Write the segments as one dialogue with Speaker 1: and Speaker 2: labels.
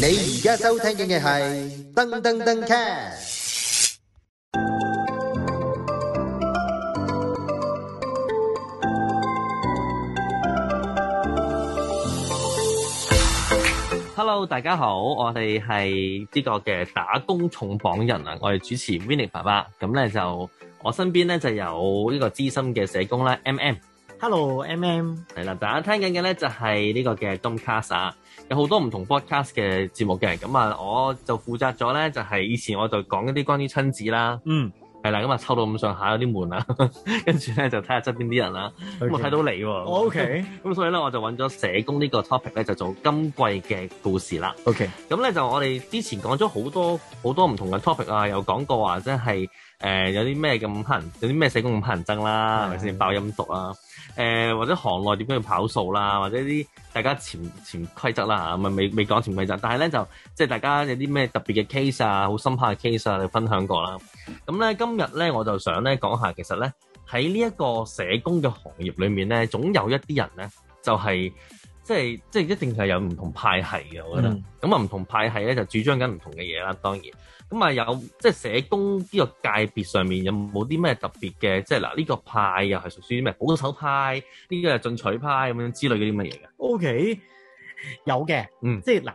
Speaker 1: 你而家收聽嘅係噔噔噔 cast。
Speaker 2: Hello，大家好，我哋係呢個嘅打工重磅人啊，我係主持 Winnie 爸爸，咁咧就我身邊咧就有呢個資深嘅社工啦，M M，
Speaker 3: Hello M M，
Speaker 2: 係啦，大家聽緊嘅咧就係呢個嘅 Domcast 啊，有好多唔同 podcast 嘅節目嘅，咁啊我就負責咗咧就係、以前我就講一啲關於親子啦，
Speaker 3: 嗯，
Speaker 2: 係啦，咁啊抽到咁上下有啲悶啦， 跟住咧就睇下側邊啲人啦，咁啊我睇到你喎，
Speaker 3: O K
Speaker 2: 咁所以咧我就揾咗社工呢個 topic 咧就做今季嘅故事啦。
Speaker 3: O K，
Speaker 2: 咁咧就我哋之前講咗好多好多唔同嘅 topic 啊，有講過話即係誒有啲咩咁黑人，有啲咩社工咁黑人憎啦，係咪先爆陰毒啊？誒、或者行內點樣去跑數啦，或者啲大家潛潛規則啦嚇，咪未未講潛規則，但係咧就即係大家有啲咩特別嘅 case 啊，好深刻嘅 case 啊，你分享過啦。咁咧今日咧我就想咧講下，其實咧喺呢一個社工嘅行業裏面咧，總有一啲人咧就係、即係即係一定係有唔同派系嘅，我覺得。
Speaker 3: 嗯
Speaker 2: 咁啊，唔同派系咧就主張緊唔同嘅嘢啦，當然。咁啊，有即係社工呢個界別上面有冇啲咩特別嘅？即係嗱，呢、個派啊又係屬於咩保守派，呢、個係進取派咁樣之類嗰啲乜嘢嘅，
Speaker 3: O K，有嘅，
Speaker 2: 嗯
Speaker 3: 即係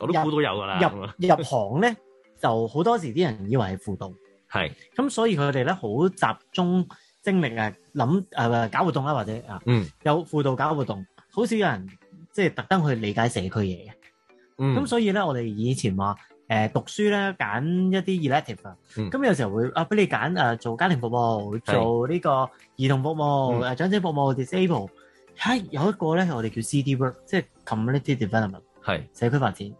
Speaker 2: 我都估到有噶啦。咁啊
Speaker 3: 嗱入行咧，就好多時啲人以為係輔導，
Speaker 2: 係，
Speaker 3: 咁所以佢哋咧好集中精力啊諗誒搞活動啦，或者啊，
Speaker 2: 嗯，
Speaker 3: 有輔導搞活動，好少有人即係特登去理解社區嘢嘅，咁
Speaker 2: 嗯，
Speaker 3: 所以咧我哋以前話。誒讀書咧揀一啲 elective 啊，
Speaker 2: 嗯
Speaker 3: 咁有時候會啊俾你揀誒做家庭服務，
Speaker 2: 係嗯
Speaker 3: 做呢個兒童服務、誒長者服務、disable，係有一個咧我哋叫 CD work，即係 community development
Speaker 2: 係
Speaker 3: 社區發展，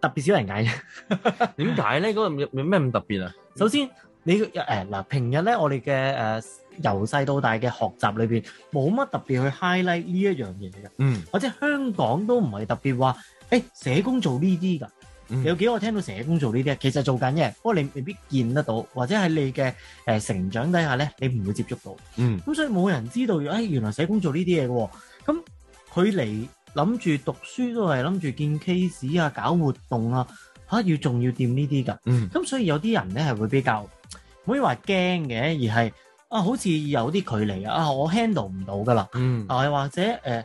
Speaker 3: 特別少人
Speaker 2: 嗯
Speaker 3: 解嘅。
Speaker 2: 點解咧？嗰個有有咩咁特別啊？
Speaker 3: 首先你誒嗱、平日咧我哋嘅誒由細到大嘅學習裏邊冇乜特別去 highlight 呢一樣嘢嘅，
Speaker 2: 嗯，
Speaker 3: 或者香港都唔係特別話誒、社工做呢啲㗎。
Speaker 2: 嗯
Speaker 3: 有幾個聽到社工做呢啲，其實做緊嘅，不過你未必見得到，或者喺你嘅誒、呃成長底下咧，你唔會接觸到。
Speaker 2: 嗯，
Speaker 3: 咁所以冇人知道，誒、原來社工做呢啲嘢嘅喎。咁佢嚟諗住讀書都係諗住見 case 啊，搞活動啊，嚇、要仲要掂呢啲㗎。
Speaker 2: 嗯，
Speaker 3: 咁所以有啲人咧係會比較唔可以話驚嘅，而係啊好似有啲距離啊，啊我 handle 唔到㗎啦。
Speaker 2: 嗯，
Speaker 3: 啊，或者誒誒、呃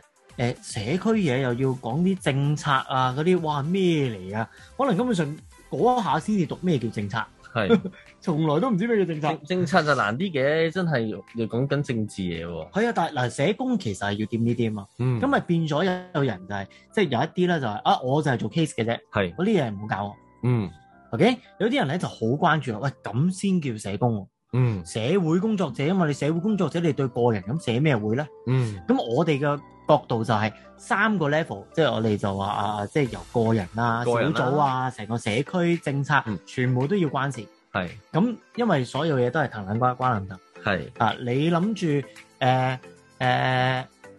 Speaker 3: 社區嘢又要講啲政策啊嗰啲，哇咩嚟啊？可能根本上嗰一下先至讀咩叫政策，
Speaker 2: 係
Speaker 3: 從來都唔知咩叫政策。
Speaker 2: 政政策就難啲嘅，真係又講緊政治嘢喎。
Speaker 3: 係啊，但係嗱，社工其實係要掂呢啲啊嘛，
Speaker 2: 嗯
Speaker 3: 咁咪變咗有有人就係、即係有一啲咧就係、啊，我就係做 case 嘅啫，
Speaker 2: 係，
Speaker 3: 嗰啲嘢唔好搞我。
Speaker 2: 嗯，
Speaker 3: OK，有啲人咧就好關注啊，喂咁先叫社工
Speaker 2: 嗯，
Speaker 3: 喎，社會工作者啊嘛，你社會工作者你對個人咁社咩會咧？
Speaker 2: 嗯，
Speaker 3: 咁我哋嘅角度就係三個 level，即係我哋就話啊，即係由個人啦、
Speaker 2: 個人啦
Speaker 3: 小組啊、成個社區政策
Speaker 2: 嗯，
Speaker 3: 全部都要關事。
Speaker 2: 係，
Speaker 3: 咁因為所有嘢都係藤撚瓜瓜撚藤
Speaker 2: 係，
Speaker 3: 啊！你諗住誒誒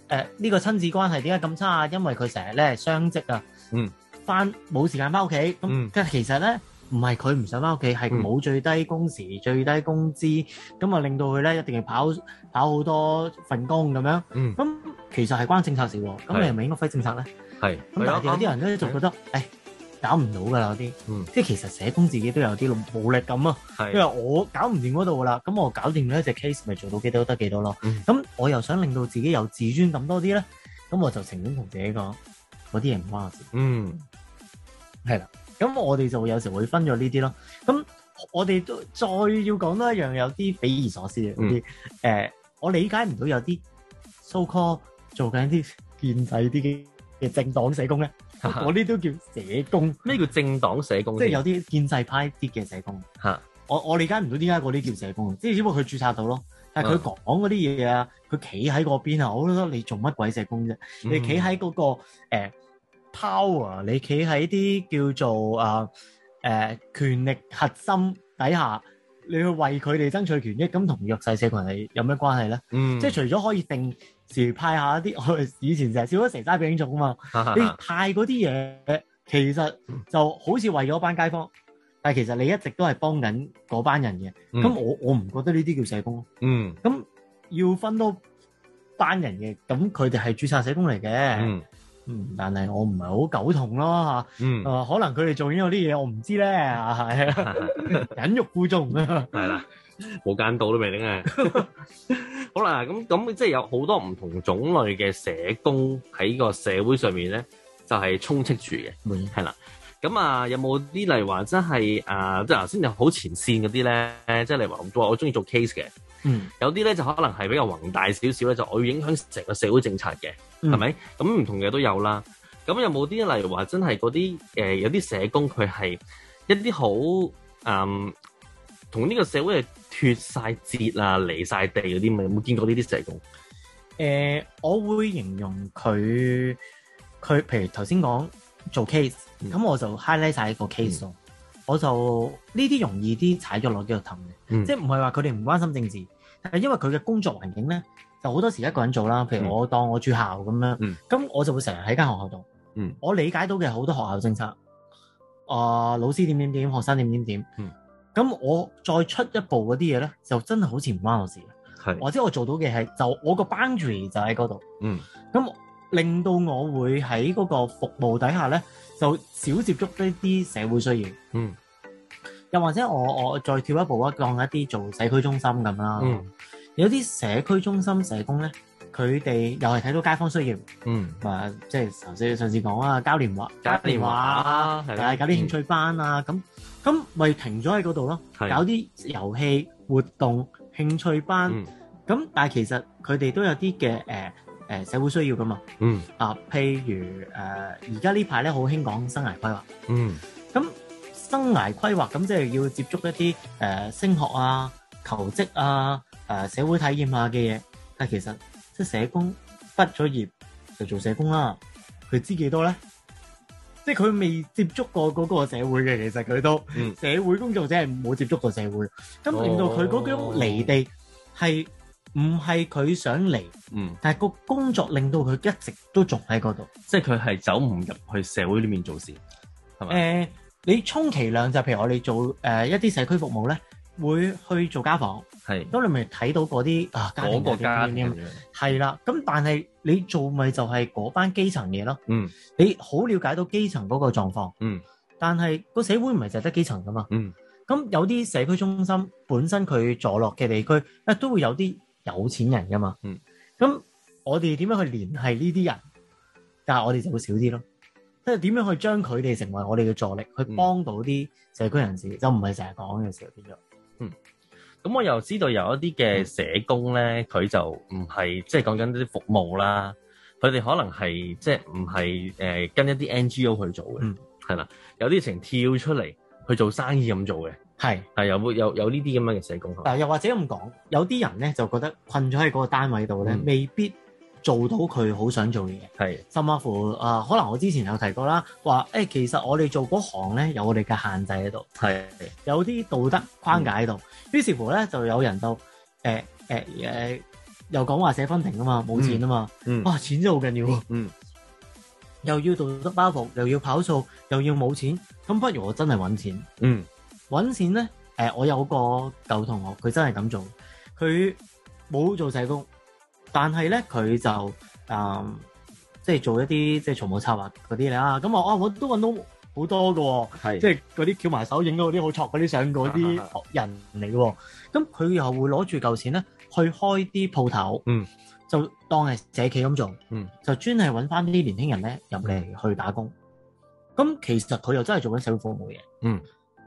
Speaker 3: 誒呢個親子關係點解咁差啊？因為佢成日咧雙職啊，
Speaker 2: 嗯，
Speaker 3: 翻冇時間翻屋企
Speaker 2: 嗯
Speaker 3: 咁，但係其實咧。唔係佢唔想翻屋企，係
Speaker 2: 嗯
Speaker 3: 冇最低工時、最低工資，咁啊令到佢咧一定要跑跑好多份工咁樣。
Speaker 2: 嗯，
Speaker 3: 咁其實係關政策事喎，咁
Speaker 2: 係
Speaker 3: 你係咪應該揮政策咧？
Speaker 2: 係。
Speaker 3: 咁但係有啲人咧就覺得，誒搞唔到㗎啦，有啲，
Speaker 2: 嗯
Speaker 3: 即係其實社工自己都有啲無力感啊，因為
Speaker 2: 係，
Speaker 3: 我搞唔掂嗰度㗎啦，咁我搞掂呢一隻 case 咪做到幾多得幾多咯。
Speaker 2: 嗯
Speaker 3: 咁、我又想令到自己有自尊感多啲咧，咁我就情願同自己講，嗰啲嘢唔關我事。
Speaker 2: 嗯。
Speaker 3: 咁我哋就會有時會分咗呢啲咯。咁我哋都再要講多一樣有啲匪夷所思嘅有啲
Speaker 2: 嗯
Speaker 3: 誒，我理解唔到有啲 so call 做緊啲建制啲嘅嘅政黨社工咧， 我呢都叫社工，
Speaker 2: 咩叫政黨社工
Speaker 3: 即係
Speaker 2: 先？
Speaker 3: 有啲建制派啲嘅社工。
Speaker 2: 嚇
Speaker 3: 我我理解唔到點解嗰啲叫社工，即係只不過佢註冊到咯。但
Speaker 2: 嗯
Speaker 3: 係佢講嗰啲嘢啊，佢企喺嗰邊啊，我都覺得你做乜鬼社工啫？
Speaker 2: 嗯
Speaker 3: 你企喺嗰個、呃 power，你企喺啲叫做啊誒、呃、權力核心底下，你去為佢哋爭取權益，咁同弱勢社群係有咩關係咧？
Speaker 2: 嗯，
Speaker 3: 即係除咗可以定時派下一啲，我哋以前成日笑咗蛇齋餅種啊嘛，你
Speaker 2: 係
Speaker 3: 派嗰啲嘢其實就好似為咗班街坊，但係其實你一直都係幫緊嗰班人嘅。
Speaker 2: 嗯
Speaker 3: 咁我我唔覺得呢啲叫社工咯。
Speaker 2: 嗯
Speaker 3: 咁要分多班人嘅，咁佢哋係註冊社工嚟嘅。
Speaker 2: 嗯
Speaker 3: 嗯，但係我唔係好苟同咯
Speaker 2: 嗯
Speaker 3: 嚇，誒、，可能佢哋做緊有啲嘢我唔知咧，啊係啊，忍辱負重啊，
Speaker 2: 係啦， 冇間到都未定啊！ 好啦，咁咁即係有好多唔同種類嘅社工喺個社會上面咧，就係、充斥住嘅。咁啊，有冇啲例如話真係啊，即係頭先就好前線嗰啲咧，即係例如話我我中意做 case 嘅，
Speaker 3: 嗯，
Speaker 2: 有啲咧就可能係比較宏大少少咧，就我要影響成個社會政策嘅，
Speaker 3: 嗯
Speaker 2: 係咪、咁唔同嘅都有啦。咁有冇啲例如話真係嗰啲誒有啲社工佢係一啲好嗯同呢個社會係脱晒節啊、離晒地嗰啲，咪有冇見過呢啲社工？
Speaker 3: 誒、呃我會形容佢佢譬如頭先講做 case，
Speaker 2: 嗯
Speaker 3: 咁、我就 highlight 晒個 case 咯，我就呢啲容易啲踩咗落呢度氹嘅，
Speaker 2: 嗯
Speaker 3: 即係唔係話佢哋唔關心政治，但係因為佢嘅工作環境咧就好多時一個人做啦，譬
Speaker 2: 嗯
Speaker 3: 如我當我住校咁樣，
Speaker 2: 嗯
Speaker 3: 咁、我就會成日喺間學校度，
Speaker 2: 嗯
Speaker 3: 我理解到嘅好多學校政策，啊、老師點點點，學生點點點
Speaker 2: 嗯，
Speaker 3: 咁、我再出一步嗰啲嘢咧，就真係好似唔關我事。
Speaker 2: 係
Speaker 3: 或者我做到嘅係就我個 boundary 就喺嗰度，
Speaker 2: 嗯
Speaker 3: 咁令到我會喺嗰個服務底下咧，就少接觸呢啲社會需要。
Speaker 2: 嗯
Speaker 3: 又或者我我再跳一步啊，當一啲做社區中心咁啦，
Speaker 2: 嗯
Speaker 3: 有啲社區中心社工咧，佢哋又係睇到街坊需要，
Speaker 2: 嗯，
Speaker 3: 啊，即係頭先上次講啊，交年話，
Speaker 2: 打電話
Speaker 3: 啊，
Speaker 2: 啊，係啦
Speaker 3: 係搞啲興趣班啊，咁咁咪停咗喺嗰度咯，
Speaker 2: 嗯係
Speaker 3: 搞啲遊戲活動、興趣班。
Speaker 2: 嗯
Speaker 3: 咁但係其實佢哋都有啲嘅誒誒社會需要噶嘛，
Speaker 2: 嗯
Speaker 3: 啊，譬如誒而家呢排咧好興講生涯規劃，
Speaker 2: 嗯
Speaker 3: 咁生涯規劃咁即係要接觸一啲誒、呃升學啊、求職啊、誒、社會體驗啊嘅嘢，但係其實即係社工畢咗業就做社工啦，佢知幾多咧？即係佢未接觸過嗰個社會嘅，其實佢都、
Speaker 2: 嗯
Speaker 3: 社會工作者係冇接觸過社會，咁令到佢嗰種離地係唔係佢想離，
Speaker 2: 嗯，
Speaker 3: 但係個工作令到佢一直都仲喺嗰度。
Speaker 2: 即係佢係走唔入去社會裏面做事，係
Speaker 3: 誒、
Speaker 2: 咪？
Speaker 3: 呃你充其量就譬如我哋做誒、一啲社區服務咧，會去做家訪，
Speaker 2: 係
Speaker 3: 咁你咪睇到嗰啲啊家
Speaker 2: 嗰
Speaker 3: 庭
Speaker 2: 個家
Speaker 3: 點點
Speaker 2: 庭
Speaker 3: 點係啦。咁但係你做咪就係嗰班基層嘢咯。
Speaker 2: 嗯，
Speaker 3: 你好了解到基層嗰個狀況。
Speaker 2: 嗯，
Speaker 3: 但係個社會唔係就係得基層噶嘛。
Speaker 2: 嗯，
Speaker 3: 咁有啲社區中心本身佢坐落嘅地區，啊都會有啲有錢人噶嘛。
Speaker 2: 嗯，
Speaker 3: 咁我哋點樣去聯繫呢啲人？但係我哋就會少啲咯。即係點樣去將佢哋成為我哋嘅助力，去
Speaker 2: 嗯
Speaker 3: 幫到啲社區人士，就唔係成日講嘅時候變咗。
Speaker 2: 咁我又知道有一
Speaker 3: 嗯
Speaker 2: 啲嘅社工咧，佢就唔係即係講緊啲服務啦，佢哋可能係即係唔係誒跟一啲 NGO 去做嘅
Speaker 3: 嗯，
Speaker 2: 係啦、有啲成跳出嚟去做生意咁做嘅，
Speaker 3: 係，
Speaker 2: 係有冇有有呢啲咁樣嘅社工係嘛
Speaker 3: 但又或者咁講，有啲人咧就覺得困咗喺嗰個單位度咧，
Speaker 2: 嗯
Speaker 3: 未必做到佢好想做嘅嘢。
Speaker 2: 係
Speaker 3: 甚至乎啊、可能我之前有提過啦，話誒、其實我哋做嗰行咧有我哋嘅限制喺度，
Speaker 2: 係
Speaker 3: 有啲道德框架喺
Speaker 2: 嗯
Speaker 3: 度。於是乎咧，就有人就誒誒誒，又講話寫分庭啊嘛，冇錢啊嘛，
Speaker 2: 嗯
Speaker 3: 哇、錢真係好緊要喎，
Speaker 2: 嗯，
Speaker 3: 又要道德包袱，又要跑數，又要冇錢，咁不如我真係揾錢。
Speaker 2: 嗯
Speaker 3: 揾錢咧，誒、我有個舊同學，佢真係咁做，佢冇做社工，但係咧佢就誒、嗯即係做一啲即係財務策劃嗰啲啦。咁我啊，我都揾到好多嘅喎、
Speaker 2: 係啊
Speaker 3: 即係嗰啲翹埋手影到嗰啲好挫嗰啲相嗰啲人嚟嘅喎。咁佢又會攞住嚿錢咧，去開啲鋪頭，
Speaker 2: 嗯，
Speaker 3: 就當係社企咁做，
Speaker 2: 嗯，
Speaker 3: 就專係揾翻啲年輕人咧入嚟去打工。咁其實佢又真係做緊社會服務嘅，
Speaker 2: 嗯，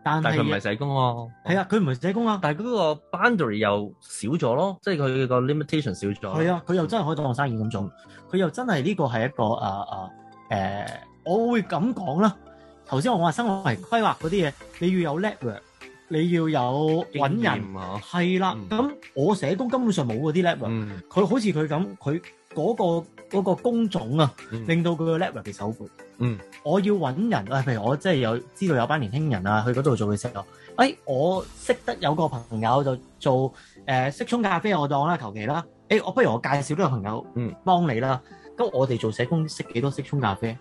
Speaker 3: 但
Speaker 2: 但係佢唔係
Speaker 3: 係
Speaker 2: 社工喎、
Speaker 3: 係啊，佢唔係社工啊，
Speaker 2: 但係嗰個 boundary 又少咗咯，即係佢個 limitation 少咗。
Speaker 3: 係，啊，佢又真係可以當生意咁做，佢又真係呢個係一個啊啊誒，我會咁講啦。頭先我話生活規劃嗰啲嘢，你要有 network，你要有
Speaker 2: 經
Speaker 3: 揾人。
Speaker 2: 驗啊，
Speaker 3: 係啦，
Speaker 2: 嗯
Speaker 3: 咁、我社工根本上冇嗰啲 level，
Speaker 2: 嗯
Speaker 3: 佢、好似佢咁，佢嗰、個嗰個工種啊，
Speaker 2: 嗯
Speaker 3: 令到佢個 level 嘅手背。
Speaker 2: 嗯，
Speaker 3: 我要揾人啊，譬如我即係有知道有班年輕人啊，去嗰度做嘅時候，哎，我識得有個朋友就做誒、呃、識沖咖啡，我當啦，求其啦，誒、我不如我介紹呢個朋友，
Speaker 2: 嗯，
Speaker 3: 幫你啦。咁我哋做社工識幾多識沖 咖啡，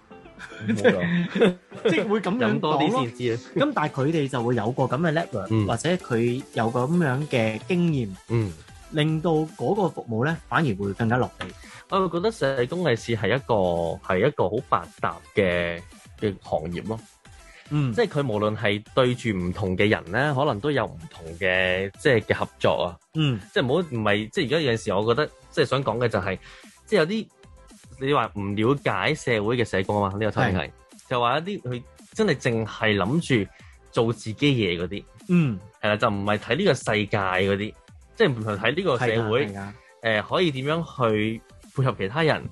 Speaker 2: 嗯 冇
Speaker 3: 即係會咁
Speaker 2: 錯
Speaker 3: 樣
Speaker 2: 飲多
Speaker 3: 講
Speaker 2: 啲
Speaker 3: 咯。
Speaker 2: 先知啊。
Speaker 3: 咁但係佢哋就會有個咁嘅 level，、
Speaker 2: 嗯
Speaker 3: 或者佢有個咁樣嘅經驗。
Speaker 2: 嗯
Speaker 3: 令到嗰個服務咧反而會更加落地。
Speaker 2: 我覺得社工藝士係一個係一個好百搭嘅嘅行業咯。
Speaker 3: 嗯，
Speaker 2: 即係佢無論係對住唔同嘅人咧，可能都有唔同嘅即係嘅合作啊。
Speaker 3: 嗯
Speaker 2: 即係唔好唔係，即係而家有陣時，我覺得即係想講嘅就係、即係有啲你話唔了解社會嘅社工啊嘛，呢、個 topic 係就話一啲佢真係淨係諗住做自己嘢嗰啲，
Speaker 3: 嗯，
Speaker 2: 係啦，就唔係睇呢個世界嗰啲，即係唔係睇呢
Speaker 3: 係
Speaker 2: 個
Speaker 3: 㗎
Speaker 2: 社會
Speaker 3: 係。㗎
Speaker 2: 誒、呃可以點樣去配合其他人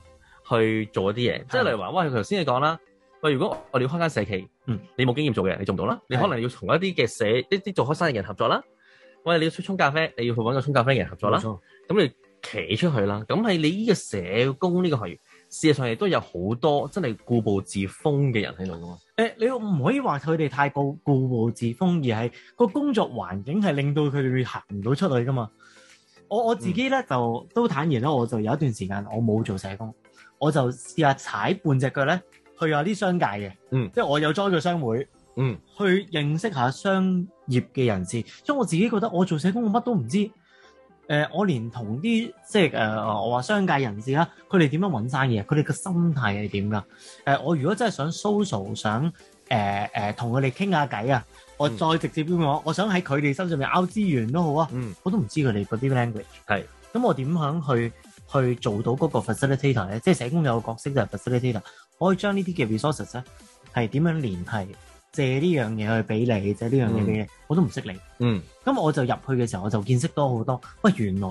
Speaker 2: 去做一啲嘢，即係
Speaker 3: 係
Speaker 2: 例如話，喂，頭先你講啦，喂，如果我哋要開間社企，
Speaker 3: 嗯，
Speaker 2: 你冇經驗做嘅，你做唔到啦，你
Speaker 3: 係
Speaker 2: 可能要同一啲嘅社一啲做開生意嘅人合作啦，喂，你要出沖咖啡，你要去揾個沖咖啡嘅人合作啦
Speaker 3: 冇，錯
Speaker 2: 咁你企出去啦，咁係你呢個社工呢個行業，事實上亦都有好多真係固步自封嘅人喺度噶嘛，
Speaker 3: 誒，你唔可以話佢哋太過固步自封，而係個工作環境係令到佢哋行唔到出去噶嘛。我我自己
Speaker 2: 嗯
Speaker 3: 咧就都坦言啦，我就有一段時間我冇做社工，我就試下踩半隻腳咧去下啲商界嘅，
Speaker 2: 嗯，
Speaker 3: 即係我有 join 咗商會，
Speaker 2: 嗯，
Speaker 3: 去認識下商業嘅人士，所以我自己覺得我做社工我乜都唔知，誒、我連同啲即係誒、呃我話商界人士啦，佢哋點樣揾生意，啊佢哋嘅心態係點㗎？誒、呃我如果真係想 social 想誒誒同佢哋傾下偈啊，我
Speaker 2: 嗯
Speaker 3: 再直接啲講，我想喺佢哋身上面拗資源都好啊，
Speaker 2: 嗯
Speaker 3: 我都唔知佢哋嗰啲 language。
Speaker 2: 係，
Speaker 3: 咁我點樣去去做到嗰個 facilitator 咧？即係社工有個角色就係 facilitator，我可以將呢啲嘅 resources 咧係點樣聯繫，借呢樣嘢去俾你，借呢樣嘢俾你，我都唔識你。
Speaker 2: 嗯
Speaker 3: 咁我就入去嘅時候，我就見識多好多。喂，原來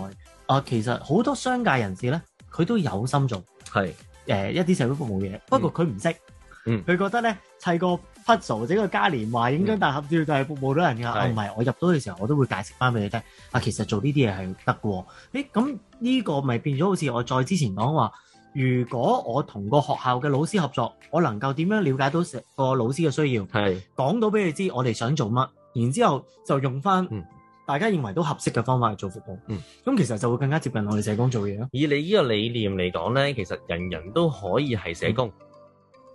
Speaker 3: 啊、其實好多商界人士咧，佢都有心做。
Speaker 2: 係
Speaker 3: 誒、呃一啲社會服務嘢，不過佢唔識，佢、
Speaker 2: 嗯
Speaker 3: 覺得咧砌個 puzzle 整個嘉年華影張大合照就係服務到人㗎。
Speaker 2: 係
Speaker 3: 啊唔係、我入到去嘅時候，我都會解釋翻俾你聽。啊，其實做呢啲嘢係得嘅喎。誒，咁呢個咪變咗好似我再之前講話，如果我同個學校嘅老師合作，我能夠點樣了解到成個老師嘅需要，
Speaker 2: 係
Speaker 3: 講到俾你知我哋想做乜，然之後就用翻
Speaker 2: 嗯
Speaker 3: 大家認為都合適嘅方法去做服務。
Speaker 2: 嗯
Speaker 3: 咁其實就會更加接近我哋社工做嘢咯。
Speaker 2: 以你呢個理念嚟講咧，其實人人都可以係社
Speaker 3: 嗯
Speaker 2: 工，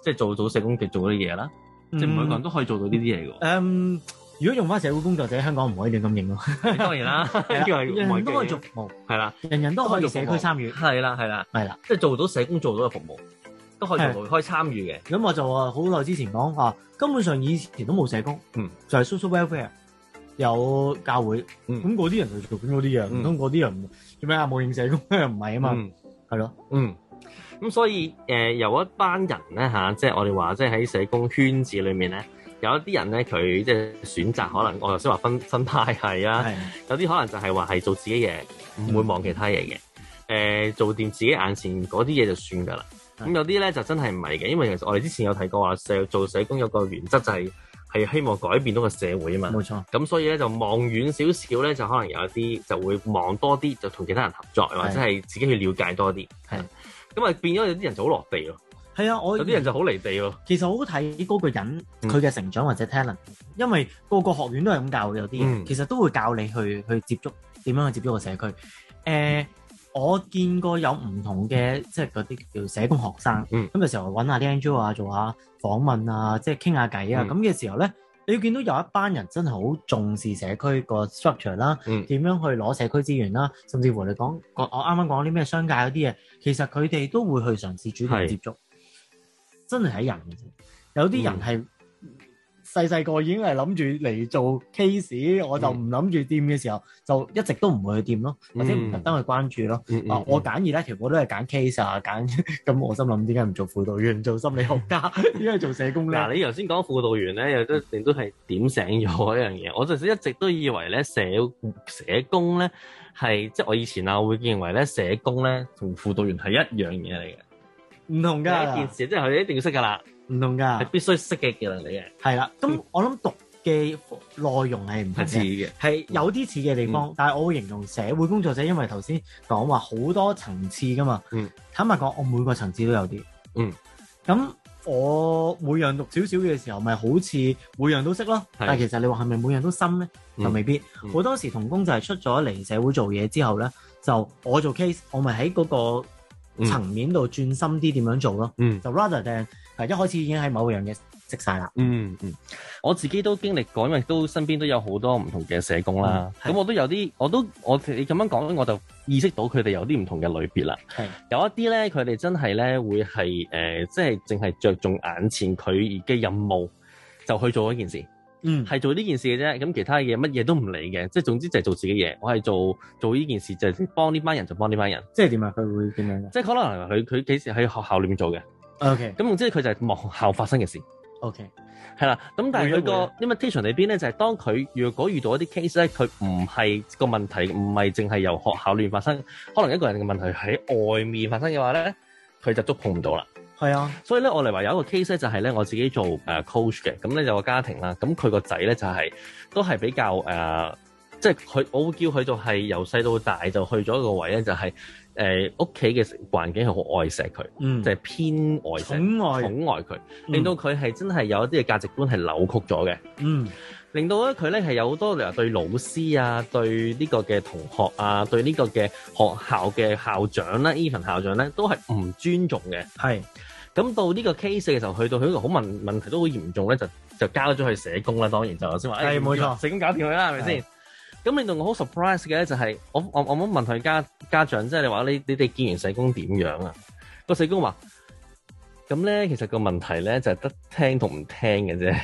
Speaker 2: 即係做到社工嘅做嗰啲嘢啦。即係每個人都可以做到呢啲嘢嘅
Speaker 3: 誒、嗯如果用翻社會工作者，香港唔可以亂咁認 咯。
Speaker 2: 喎。當 然啦，呢個係
Speaker 3: 人人都可以
Speaker 2: 嘅
Speaker 3: 做服務，
Speaker 2: 係啦，
Speaker 3: 人人都可以
Speaker 2: 做
Speaker 3: 社
Speaker 2: 服
Speaker 3: 區
Speaker 2: 務
Speaker 3: 參與。
Speaker 2: 係啦，係啦，
Speaker 3: 係啦，
Speaker 2: 即係做到社工做到嘅服務，都可以做到，可以參與嘅。
Speaker 3: 咁我就話好耐之前講話，根本上以前都冇社工，
Speaker 2: 嗯
Speaker 3: 就係 social welfare 有教會，
Speaker 2: 嗯
Speaker 3: 咁嗰啲人就做緊嗰啲嘢，
Speaker 2: 嗯
Speaker 3: 唔通嗰啲人做咩啊冇認社工 唔係啊嘛，
Speaker 2: 嗯
Speaker 3: 係咯，
Speaker 2: 嗯，咁所以誒、呃有一班人咧嚇、即係我哋話即係喺社工圈子裏面咧，有一啲人咧佢即係選擇可能我頭先話分分派系啊啦。
Speaker 3: 係
Speaker 2: 有啲可能就係話係做自己嘢，
Speaker 3: 嗯
Speaker 2: 唔會望其他嘢嘅。誒、做掂自己眼前嗰啲嘢就算㗎啦。咁
Speaker 3: 係
Speaker 2: 有啲咧就真係唔係嘅，因為其實我哋之前有提過話社做社工有個原則就係、係希望改變到個社會啊嘛。
Speaker 3: 冇錯，
Speaker 2: 咁所以咧就望遠少少咧，就可能有一啲就會望多啲，就同其他人合作，或者係自己去了解多啲。
Speaker 3: 係
Speaker 2: 咁啊，變咗有啲人就好落地咯，
Speaker 3: 係啊，我
Speaker 2: 有啲人就好離地喎。
Speaker 3: 其實好睇嗰個人
Speaker 2: 嗯
Speaker 3: 佢嘅成長或者 talent，因為個個學院都係咁教嘅有啲嘢，
Speaker 2: 嗯
Speaker 3: 其實都會教你去去接觸點樣去接觸個社區。誒、呃我見過有唔同嘅即係嗰啲叫社工學生，
Speaker 2: 嗯
Speaker 3: 咁嘅、時候揾下啲 NGO 啊，做下訪問啊，即係傾下偈啊，
Speaker 2: 嗯
Speaker 3: 咁嘅、時候咧，你要見到有一班人真係好重視社區個 structure 啦，
Speaker 2: 嗯
Speaker 3: 點樣去攞社區資源啦，甚至乎你講我啱啱講啲咩商界嗰啲嘢，其實佢哋都會去嘗試主動
Speaker 2: 係
Speaker 3: 接觸，真係喺人嘅啫。有啲
Speaker 2: 嗯
Speaker 3: 人係細細個已經係諗住嚟做 case，我就
Speaker 2: 嗯
Speaker 3: 唔諗住掂嘅時候，就一直都唔會去掂咯，或者唔特登去關注咯。
Speaker 2: 嗯
Speaker 3: 啊！我揀二咧，全部都係揀 case 啊，揀咁我心諗點解唔做輔導員，做心理學家， 點解做社工咧？
Speaker 2: 嗱，你頭先講輔導員咧，又都亦都係點醒咗我一樣嘢。我就一直都以為咧社社工咧係即係我以前啊，我會認為咧社工咧同輔導員係一樣嘢嚟嘅，
Speaker 3: 唔同
Speaker 2: 有一件
Speaker 3: 㗎，
Speaker 2: 事即係佢一定要識㗎啦，
Speaker 3: 唔同㗎
Speaker 2: 係，必須識嘅技能嚟嘅，
Speaker 3: 係啦。咁我諗讀嘅內容係唔同
Speaker 2: 係似
Speaker 3: 嘅。
Speaker 2: 嘅。
Speaker 3: 係有啲似嘅地方，
Speaker 2: 嗯
Speaker 3: 但係我會形容社會工作者，因為頭先講話好多層次噶嘛。
Speaker 2: 嗯
Speaker 3: 坦白講，我每個層次都有啲。
Speaker 2: 嗯。
Speaker 3: 咁我每樣讀少少嘅時候，咪好似每樣都識咯。但係其實你話係咪每樣都深咧，
Speaker 2: 嗯
Speaker 3: 就未必。好、
Speaker 2: 嗯
Speaker 3: 多時童工就係出咗嚟社會做嘢之後咧，就我做 case，我咪喺嗰個層面度轉深啲點樣做咯。
Speaker 2: 嗯
Speaker 3: 就 rather than 係一開始已經喺某樣嘢。識晒啦。
Speaker 2: 嗯嗯，我自己都經歷過，因為都身邊都有好多唔同嘅社工啦。咁、
Speaker 3: 嗯係
Speaker 2: 我都有啲，我都我你咁樣講，我就意識到佢哋有啲唔同嘅類別啦。
Speaker 3: 係
Speaker 2: 有一啲咧，佢哋真係咧會係誒、呃即係淨係着重眼前佢嘅任務就去做嗰件事，
Speaker 3: 嗯
Speaker 2: 係做呢件事嘅啫。咁其他嘢乜嘢都唔理嘅，即係總之就係做自己嘢。我係做做呢件事就係幫呢班人就幫呢班人，
Speaker 3: 即係點啊？佢會點樣
Speaker 2: 即係可能佢佢幾時喺學校裏面做嘅，
Speaker 3: 嘅？OK
Speaker 2: 咁總之佢就係幕校發生嘅事。
Speaker 3: OK，
Speaker 2: 係啦，咁但係佢
Speaker 3: 會啊
Speaker 2: 個 limitation 裏邊咧，就係當佢若果遇到一啲 case 咧，佢唔係個問題，唔係淨係由學校裏面發生，可能一個人嘅問題喺外面發生嘅話咧，佢就觸碰唔到啦。
Speaker 3: 係啊，
Speaker 2: 所以咧，我嚟話有一個 case 咧，就係咧我自己做誒呃 coach 嘅，咁咧有個家庭啦，咁佢個仔咧就係、都係比較誒、呃即係佢我會叫佢做係由細到大就去咗一個位咧，就係誒屋企嘅環境係好愛錫佢，
Speaker 3: 嗯，
Speaker 2: 即係偏愛錫、
Speaker 3: 寵愛，
Speaker 2: 寵愛佢。
Speaker 3: 嗯
Speaker 2: 令到佢係真係有一啲嘅價值觀係扭曲咗嘅，
Speaker 3: 嗯
Speaker 2: 令到咧佢咧係有好多例如對老師啊、對呢個嘅同學啊、對呢個嘅學校嘅校長啦、even 校長咧都係唔尊重嘅。
Speaker 3: 係
Speaker 2: 咁到呢個 case 嘅時候，去到佢一個好問問題都好嚴重咧，就就交咗去社工啦。當然就頭先話，
Speaker 3: 係
Speaker 2: 誒
Speaker 3: 冇錯
Speaker 2: 社工搞掂佢啦，係咪先？咁令到我好 surprise 嘅咧，就係我我我冇問佢家家長，即係你話你你哋見完社工點樣啊？個社工話：咁咧，其實個問題咧就係得聽同唔聽嘅啫。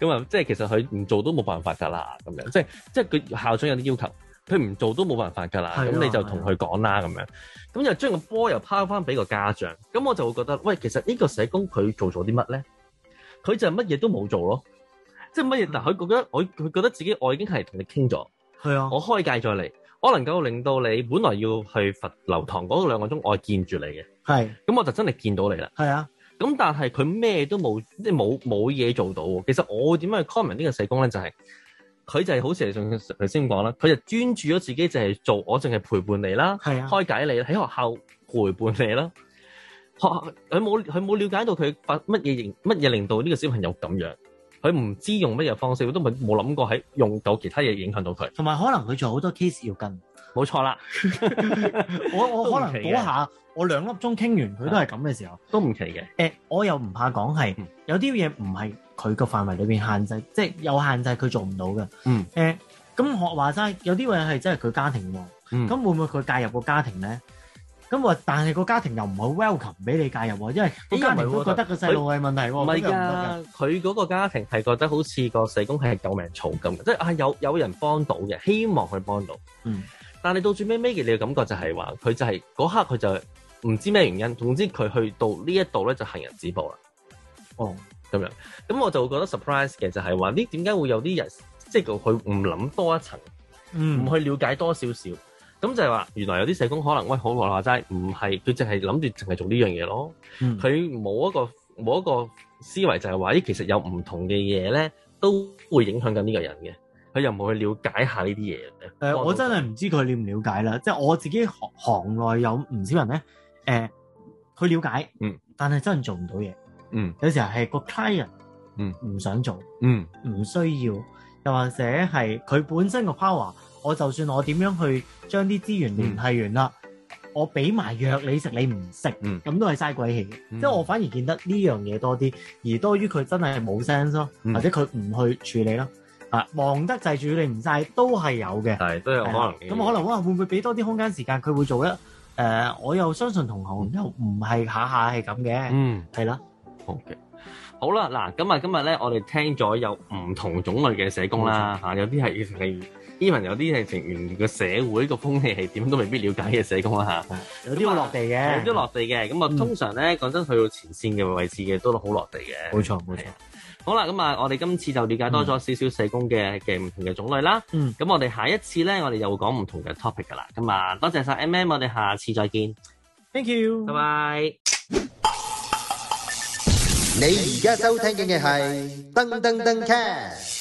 Speaker 2: 咁啊，即係其實佢唔做都冇辦法㗎啦，咁樣即係即係佢校長有啲要求，佢唔做都冇辦法㗎啦。
Speaker 3: 係啊啊
Speaker 2: 咁你就同佢講啦，咁樣咁就將個波又拋翻俾個家長。咁我就會覺得，喂，其實呢個社工佢做咗啲乜咧？佢就係乜嘢都冇做咯，即係
Speaker 3: 嗯
Speaker 2: 乜嘢？但佢覺得我佢覺得自己我已經係同你傾咗，
Speaker 3: 係啊，
Speaker 2: 我開解咗你，我能夠令到你本來要去佛流堂嗰兩個鐘，我係見住你嘅，
Speaker 3: 係
Speaker 2: 咁我就真係見到你啦。
Speaker 3: 係啊，
Speaker 2: 咁但係佢咩都冇，即係冇冇嘢做到喎。其實我點樣去 comment 呢個社工咧，就係、佢就係好似你上頭先講啦，佢就專注咗自己，就係做我淨係陪伴你啦，
Speaker 3: 係啊，
Speaker 2: 開解你啦，喺學校陪伴你啦。學佢冇佢冇了解到佢發乜嘢形乜嘢令到呢個小朋友咁樣，佢唔知用乜嘢方式，都冇冇諗過喺用到其他嘢影響到佢。
Speaker 3: 同埋可能佢仲有好多 case 要跟。
Speaker 2: 冇錯啦，
Speaker 3: 我我可
Speaker 2: 都唔
Speaker 3: 能
Speaker 2: 奇嘅啊
Speaker 3: 嗰下我兩粒鐘傾完，佢都係咁嘅時候，誒、
Speaker 2: 都唔奇嘅。
Speaker 3: 我又唔怕講係
Speaker 2: 嗯
Speaker 3: 有啲嘢唔係佢個範圍裏邊限制，即係有限制佢做唔到嘅。
Speaker 2: 嗯
Speaker 3: 誒、咁學話齋，有啲嘢係真係佢家庭喎，咁、
Speaker 2: 嗯
Speaker 3: 會唔會佢介入個家庭咧？咁話，但係個家庭又唔係 welcome 俾你介入喎，
Speaker 2: 哎
Speaker 3: 因為個家庭都覺得個細路係問題喎，
Speaker 2: 唔
Speaker 3: 哦咁又
Speaker 2: 係啊
Speaker 3: 唔得㗎。
Speaker 2: 㗎，佢嗰個家庭係覺得好似個社工係救命草咁，即係啊有有人幫到嘅，希望佢幫到。
Speaker 3: 嗯。
Speaker 2: 但係到最尾尾嘅你嘅感覺就係話，佢就係、嗰刻佢就唔知咩原因，總之佢去到呢一度咧就行人止步啦。
Speaker 3: 哦，
Speaker 2: 咁我就會覺得 surprise 嘅就係話，呢點解會有啲人即係佢唔諗多一層，唔啊
Speaker 3: 嗯，
Speaker 2: 去了解多少少？咁就係話，原來有啲社工可能喂好話齋，唔係佢淨係諗住淨係做呢樣嘢咯。
Speaker 3: 嗯
Speaker 2: 佢冇一個冇一個思維就係話，咦，其實有唔同嘅嘢咧，都會影響緊呢個人嘅。佢又冇去了解下呢啲嘢嘅。
Speaker 3: 誒、呃我真係唔知佢了唔了解啦，即係我自己行行內有唔少人咧，誒、佢了解，
Speaker 2: 嗯，
Speaker 3: 但係真係做唔到嘢，
Speaker 2: 嗯
Speaker 3: 有時候係個 client，
Speaker 2: 嗯，
Speaker 3: 唔想做，
Speaker 2: 嗯
Speaker 3: 唔需要，又或者係佢本身個 power，我就算我點樣去將啲資源
Speaker 2: 嗯
Speaker 3: 聯繫完啦，我俾埋藥你食，你唔食，咁、
Speaker 2: 嗯
Speaker 3: 都係嘥鬼氣嘅，
Speaker 2: 嗯
Speaker 3: 即係我反而見得呢樣嘢多啲，而多於佢真係冇 sense 咯，
Speaker 2: 嗯
Speaker 3: 或者佢唔去處理咯，啊，忙得滯處理唔晒都係有嘅。
Speaker 2: 係都 有可
Speaker 3: 係
Speaker 2: 能
Speaker 3: 啦
Speaker 2: 嘅。
Speaker 3: 咁可能哇，會唔會俾多啲空間時間佢會做咧？誒、我又相信同行又唔係下下係咁嘅，
Speaker 2: 嗯
Speaker 3: 係啦、
Speaker 2: 好嘅。好啦，嗱，咁啊，今日咧，我哋聽咗有唔同種類嘅社工啦，嚇、有啲係係 even 有啲係成員個社會個風氣係點都未必了解嘅社工啦嚇。
Speaker 3: 有啲會落地
Speaker 2: 有
Speaker 3: 嘅，
Speaker 2: 啲落地嘅，咁啊
Speaker 3: 嗯
Speaker 2: 通常咧講真，去到前線嘅位置嘅都好落地嘅。
Speaker 3: 冇錯冇錯，
Speaker 2: 好啦，咁啊，我哋今次就了解多咗少少社工嘅嘅唔同嘅種類啦。
Speaker 3: 嗯，
Speaker 2: 咁我哋下一次咧，我哋又會講唔同嘅 topic 噶啦。咁啊，多謝晒 M M，我哋下次再見，
Speaker 3: ，thank you，
Speaker 2: 拜拜。
Speaker 1: 你而家收聽嘅係噔噔噔 cast。